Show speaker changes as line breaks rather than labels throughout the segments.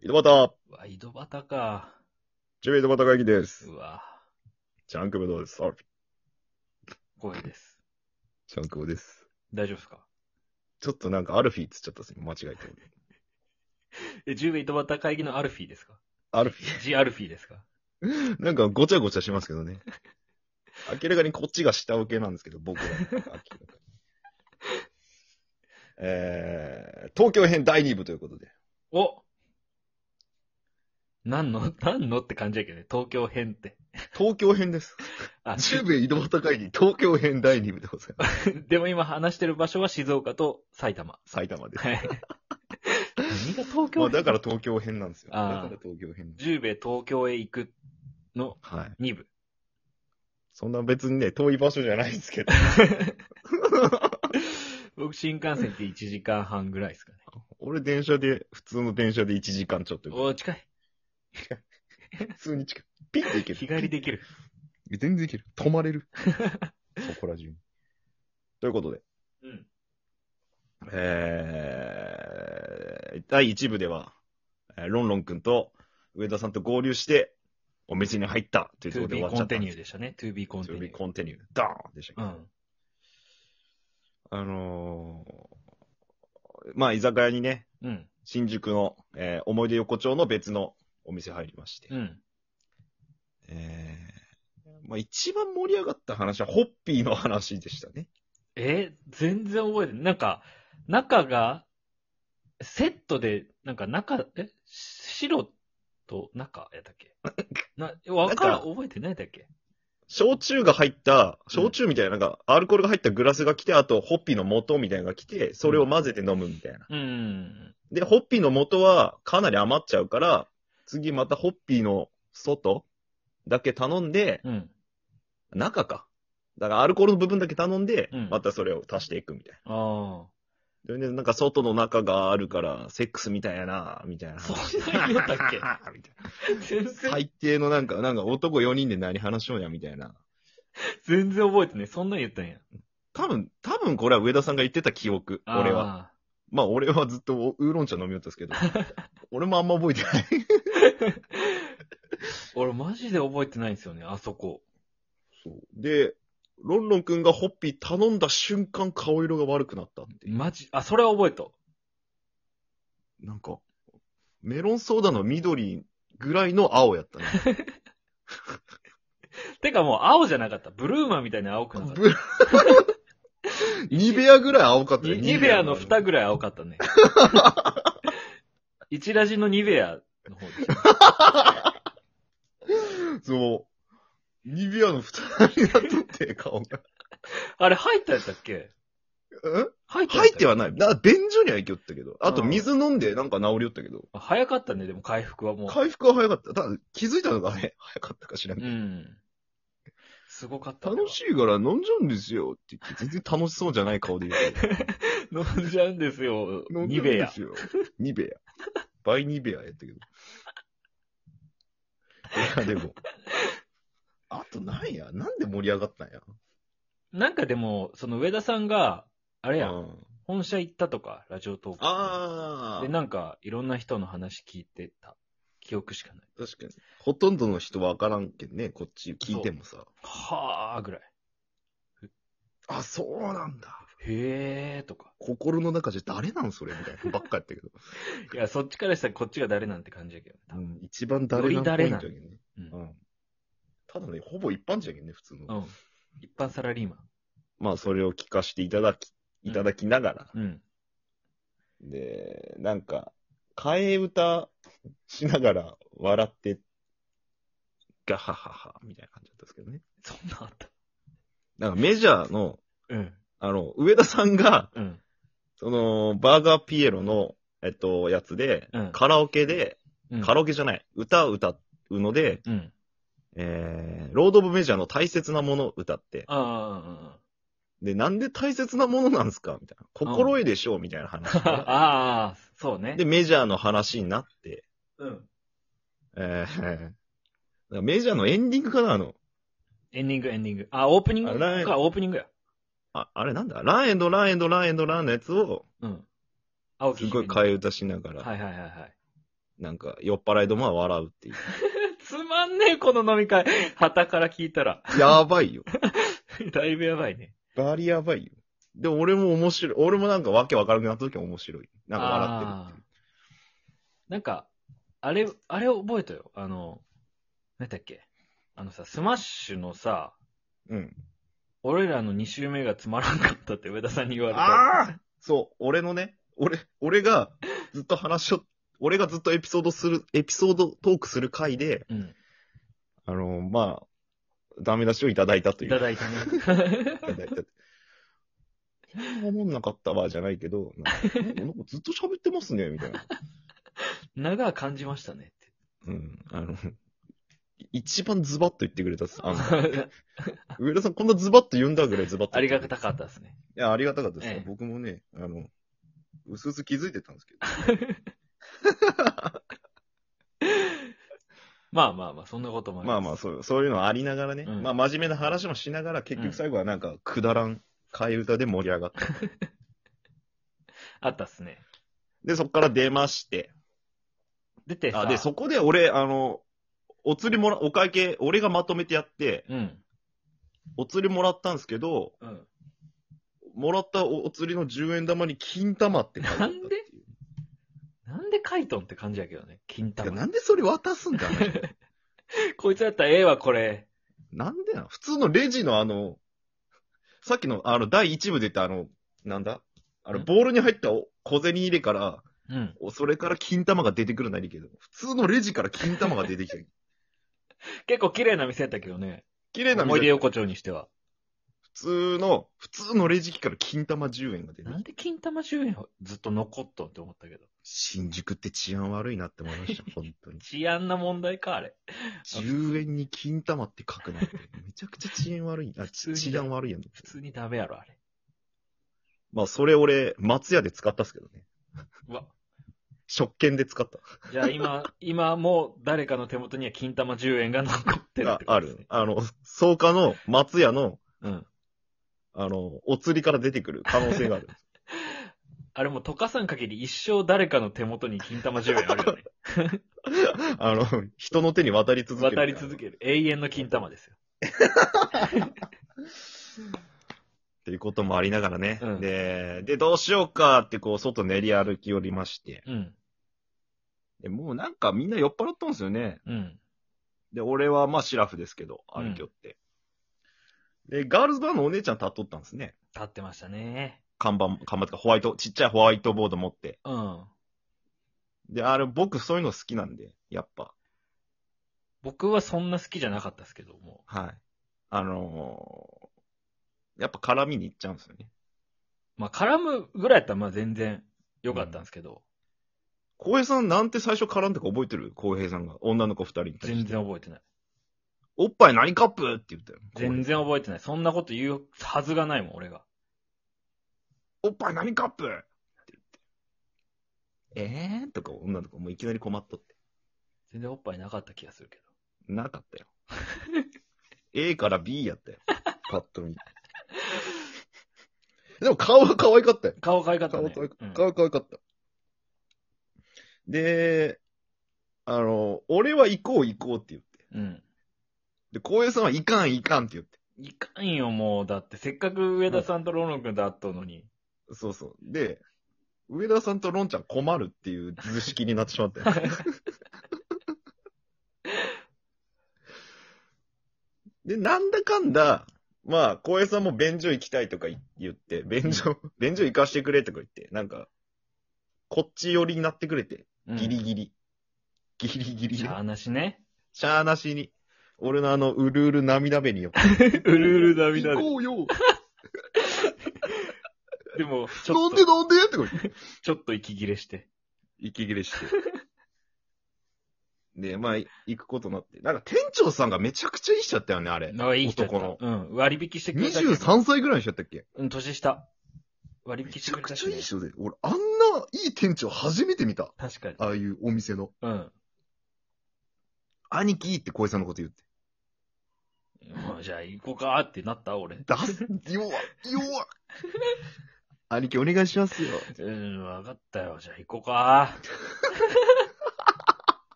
井戸端、
うわ、井戸端か。
ジェビ井戸端会議です。
うわ、
ジャンクボどうですあ、
光栄です。
ジャンクボです。
大丈夫ですか
ちょっとなんかアルフィーっつっちゃったっすね。間違えて。
え、十名井戸端会議のアルフィーですか
アルフ
ジアルフィーですか
ィ ー。なんかごちゃごちゃしますけどね。明らかにこっちが下請けなんですけど、僕らの方が明らかに。えー、東京編第2部ということで。
お何の、 何のって感じやけどね。東京編って。
東京編です。
あ、
ジェビ井戸端会議、東京編第2部でございます。
でも今話してる場所は静岡と埼玉。
埼玉です。
はい。何が東
ま
京
あ、だ
編
から東京編なんですよ。だ
あー
から東京編。
十名東京へ行くの
はい。
2部。
そんな別にね、遠い場所じゃないんですけど。
僕新幹線って1時間半ぐらいですかね。
俺電車で、普通の電車で1時間ちょっと。
お、近い。
普通に近い。ピッて行ける。
日帰りできる。
全然行ける。泊まれる。 そこら中に。ということで、
うん。
えー、第1部では、えーロンロン君と上田さんと合流して、お店に入ったというとこ
to
ろで
be
終わっちゃったん
continue
です。
でしたね。to be
To be
continue。
continue. ダーンでしたっけ
う
ど、
ん。
あのー、まあ、居酒屋にね、
うん。
新宿の、えー思い出横丁の別のお店入りまして。
うん。
えーまあ一番盛り上がった話は、ホッピーの話でしたね。
えー全然覚えてない。なんか、中が、セットで、なんか中、え白と中やったっ けな、わから
なん
ん、
か
覚えてないだっけ
焼酎が入った、焼酎みたいな、なんか、アルコールが入ったグラスが来て、あと、ホッピーの素みたいなのが来て、それを混ぜて飲むみたいな。
うん。
で、ホッピーの素はかなり余っちゃうから、次またホッピーの外だけ頼んで、
うん。
中か。だからアルコールの部分だけ頼んで
うん、
またそれを足していくみたい
あ
な。で、なんか外の中があるから、セックスみたいやな、みたいな
あ。
話。
そんなん言うたっ
みたいな
け全然、
最低のなんか、なんか男4人で何話しようや、みたいな。
全然覚えてない。そんなん言ったんや。
多分、多分これは上田さんが言ってた記憶、俺は。
は。
まあ俺はずっとおウーロン茶飲みよったんです けど、俺もあんま覚えてない。
俺マジで覚えてないんですよね、あそこ。
そう。で、ロンロン君がホッピー頼んだ瞬間顔色が悪くなったっていう。
マジ、あ、それは覚えと。
なんか、メロンソーダの緑ぐらいの青やったね。
てかもう青じゃなかった。ブルーマンみたいに青くなかった。
ブニベアぐらい青かったね。
ニニベアの蓋
ぐ
ぐらい青かった ね。一ラジのニベアの方でした。
そう。ニベアの蓋になっとって、顔が。
あれ入ったやったっけ
うん
入ったや
入
た
ってはない。な、便所には行きよったけど。あと
うん
水飲んでなんか治りよったけど。
あ早かったね、でも回復はもう。
回復は早かった。ただ気づいたのがね、早かったかしらんけ
う
ど
ん。すごかった。
楽しいから飲んじゃうんですよって言って、全然楽しそうじゃない顔で言うけ
飲んじゃうんですよ。
ど。
ニベア。
飲んじゃうんですよ。ニベア。バイニベアやったけど。いや、でも。あとなんやなんで盛り上がったんや
なんかでも、その上田さんが、あれや、、
うんん
本社行ったとか、ラジオトーク。
あ
で、
あ。
なんか、いろんな人の話聞いてた記憶しかない。
確かに。ほとんどの人わからんけんね、こっち聞いてもさ。
はあぐらい。
あ、そうなんだ。
へえーとか。
心の中じゃ誰なんそれみたいなばっかやったけど。
いや、そっちからしたらこっちが誰なんて感じやけど ね多
う
分。
ん、一番誰なん
より誰
ポイ
な
ン
ん
トやけんね。
うん
うん。ただね、ほぼ一般人やけんね、普通の。
うん。一般サラリーマ
まあ、それを聞かせていただき、いただきながら。
ン。うん。
で、なんか、替え歌しながら笑って、ガハハハ、みたいな感じだったんですけどね。
そんなあった。
なんかメジャーの、
うん。
あの、上田さんが、
うん。
その、バーガーピエロの、えっと、やつで、
うん
カラオケで、
うん。
カラオケじゃない、歌を歌うので、
うん。
えー、ロード・オブ・メジャーの大切なものを歌って、
ああ。
で、なんで大切なものなんですかみたいな。心得でしょうみたいな話
あ
から。
あ、そうね。
で、メジャーの話になって、
うん。
えー、メジャーのエンディングかなあの、
エンディング、エンディング。あ、オープニン
あ
グ
ライブ
か、オープニングや。
あ、あれなんだランエンド、ランエンド、ランエンド、ランのやつを、
うん。青
す
木
ごい
姫
替え歌しながら、
はいはいはいはい。
なんか、酔っ払いどもは笑うっていう。
つまんねえ、この飲み会。旗から聞いたら。
やばいよ。
だいぶやばいね。
バリやばいよ。でも俺も面白い。俺もなんかわけわからなくなった時は面白い。なんか笑ってるっていう。
なんか、あれ、あれ覚えたよ。あの、何だっけ。あのさ、スマッシュのさ、
うん。
俺らの2周目がつまらんかったって上田さんに言われた。
ああそう、俺のね、俺、俺がずっと話を、俺がずっとエピソードする、エピソードトークする回で、
うん。
あの、まあ、ダメ出しをいただいたとい。
いうただいたね。
いただいた。そんな思んなかったわ、じゃないけど、なんかなんかずっと喋ってますね、みたいな。
長は感じましたね
うん。あの、一番ズバッと言ってくれたっす。あの、
って。
上田さんこんなズバッと言うんだぐらいズバッと
あ
言
り
って
が
くれ。
たかったですね。
いや、ありがたかったです、
ええ
僕もね、あの、うすうす気づいてたんですけど。
まあまあまあ、そんなこともあり
まあ
ます。
まあ、そう、そういうのありながらね。
うん
まあ、真面目な話もしながら、結局最後はなんか、くだらん、替え歌で盛り上がった。
あったっすね。
で、そこから出まして。
出てさ、
あ、で、そこで俺、あの、お釣りもら、お会計、俺がまとめてやって、
うん。
お釣りもらったんですけど、
うん。
もらったおお釣りの10円玉に金玉って書いてあったっていう
なんでなんでカイトンって感じやけどね。金
いや
玉
な。んでそれ渡すん だ、あの人
こいつだったらええわ、これ。
なんでなの普通のレジのあの、さっきのあの、第1部で言ったあの、なんだあの、
ん
ボールに入ったお小銭入れから、
うん。
おそれから金玉が出てくるならいいけど、普通のレジから金玉が出てきた。
結構綺麗な店やったけどね。
綺麗な
思い出
店。普
横丁にしては。
通の、普通のレジ機から金玉10円が出てき
な
た
ん。で金玉周辺をずっと残っとんって思ったけど。。
新宿って治安悪いなって思いました、本当に
治安な問題か、あれ。
10円に金玉って書くなんて、めちゃくちゃ治安悪い。あ、
通
ち
に
治安悪いやん。
普通にダメやろ、あれ。
まあ、それ俺、松屋で使ったっすけどね。
うわ。
食券で使った。
じゃ あ今、今もう誰かの手元には金玉10円が残ってるっ
あ
てこ
あ
とです
る
ね。。
あの、草加の松屋の、
うん。
あの、お釣りから出てくる可能性があ る。
あれもう溶かさん限り一生誰かの手元に金玉10円あるよね。
あの、人の手に渡り続ける。
渡り続ける。永遠の金玉ですよ。
っていうこともありながらね。
うん
で、で、どうしようかってこう、外練り歩き寄りまして。
うん。
で、もうなんかみんな酔っ払ったんですよね。
うん。
で、俺はまあシラフですけど、
うん
歩き寄って。で、ガールズバーのお姉ちゃん立っとったんですね。
立ってましたね。
看板、看板とかホワイト、ちっちゃいホワイトボード持って。
うん。
で、あれ僕そういうの好きなんで、やっぱ。
僕はそんな好きじゃなかったですけども。
はい。あのーやっぱ絡みに行っちゃうんですよね。
まあ、絡むぐらいやったらまあ全然良かったんですけど、
浩平さんなんて最初絡んだか覚えてる浩平さんが。女の子二人に対して
全然覚えてない。
おっぱい何カップって言ったよ。
全然覚えてない。そんなこと言うはずがないもん、俺が。
おっぱい何カップって言って。えーとか女の子もいきなり困っとって。
全然おっぱいなかった気がするけど。
なかったよ。A から B やったよ。パッと 見。でも顔は可愛かったよ。
顔可愛かった
顔
ね
は可愛か。
うん
顔は可愛かった。で、あの、俺は行こう行こうって言って。
うん。
で、浩平さんは行かん行かんって言って。
いかんよ、もう。だって、せっかく上田さんとロノ君と会ったのに。
そうそう。で、上田さんとロンちゃん困るっていう図式になってしまったよ。で、なんだかんだ、まあ、浩平さんも便所行きたいとかい言って、便所、便所行かしてくれとか言って、なんか、こっち寄りになってくれて、
うん
ギリギリ。ギリギリ
し。ゃあなしね。
しゃーなしに。俺のあの、うるうる涙目によって。
うるうる涙
行
で。
こうよ
でも、ち
な
ょっ
んでな
と、
んでってこう言って
ちょっと息切れして。
息切れして。で、まあ、い行くことになって。なんか店長さんがめちゃくちゃいい人だったよね、あれ。
あいい人やった
男の
うん。割引してくれたけど。
23歳ぐらいの人だったっけ
うん、年下。割
め
引し
ち
て
ゃ
くれ
く
たし、
ち
ね。
ゃいい人で。俺、あんないい店長初めて見た。
確かに。
ああいうお店の。
うん。
兄貴って小江さんのこと言って。
もうじゃあ行こうかってなった俺。
出す、弱っ、弱っ。兄貴お願いしますよ。
うん、わかったよ。じゃあ行こうか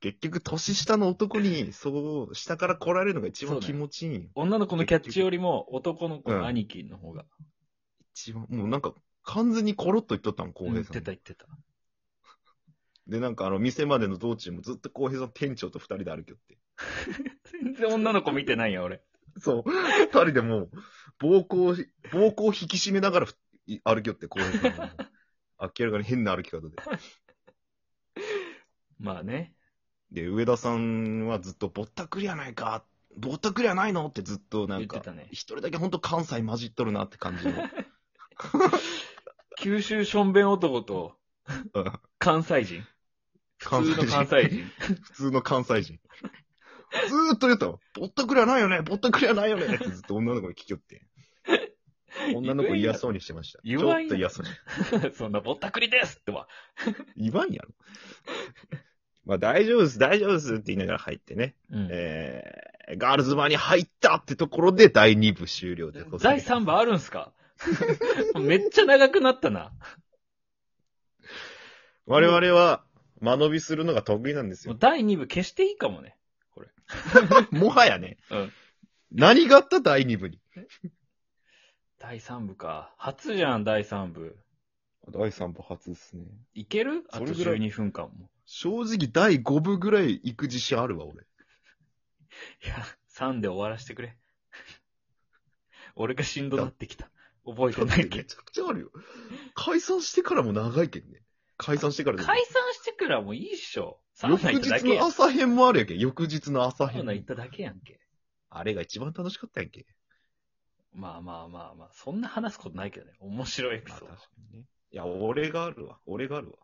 結局、年下の男に、そう、下から来られるのが一
そ
番
うだ
気
よ
持ちいいんよ。
女の子のキャッチよりも、男の子
うん
の兄貴の方が。
一番、もうなんか、完全にコロッと言っとったもん、浩
うん言
平
っ
さん。
てた言ってた。
で、なんかあの、店までの道中もずっと浩平さん店長と二人で歩きよって。
全然女の子見てないやん、俺。
そう。二人でもう、暴行し、暴行を引き締めながらふい歩きよって、浩平 さんも。明らかに変な歩き方で。
まあね。
で、上田さんはずっと、ぼったくりやないか、ぼったくりやないのってずっとな
言
ん
って
か、
たね。
一人だけほんと関西混じっとるなって感じ の。
九州しょんべん男と
うん、
関西人。普通の関西人。
普通の関西人。ずーっと言ったわ。ぼったくりはないよねぼったくりはないよねってずっと女の子に聞きよって。女の子嫌そうにしてました。ち
言
ょっ
わんやろ
と嫌そうに。
そんなぼったくりですっては。
言わんやろ。まあ大丈夫です、大丈夫ですって言いながら入ってね。
うん
えー、ガールズバーに入ったってところで第2部終了でございま
第
す。
3部あるんすか めっちゃ長くなったな。
我々は間延びするのが得意なんです
もう
よ。
第2部消していいかもね。
もはやね。
うん
何があった第2部に。
第3部か。初じゃん、第3部。
第3部初ですね。
いけるあ
そ
と
れぐらい
12分間も。
正直第5部ぐらい行く自信あるわ、俺。
いや、3で終わらせてくれ。 俺がしんどなってきた。覚えてないけ
め
ど。
ちゃくちゃあるよ。解散してからも長いけんね。解散してからでも
解散してくらもういいっしょ。サウ
翌
ナ行っただ
日
けや
の
ん。サ
朝編もあるやけん。翌日の朝
ウナ行
編
っ。ただけやんけ。
あれが一番楽しかったやんけ。
まあまあまあまあ、そんな話すことないけどね。面白いエピソード。
にね。いや、俺があるわ。俺があるわ。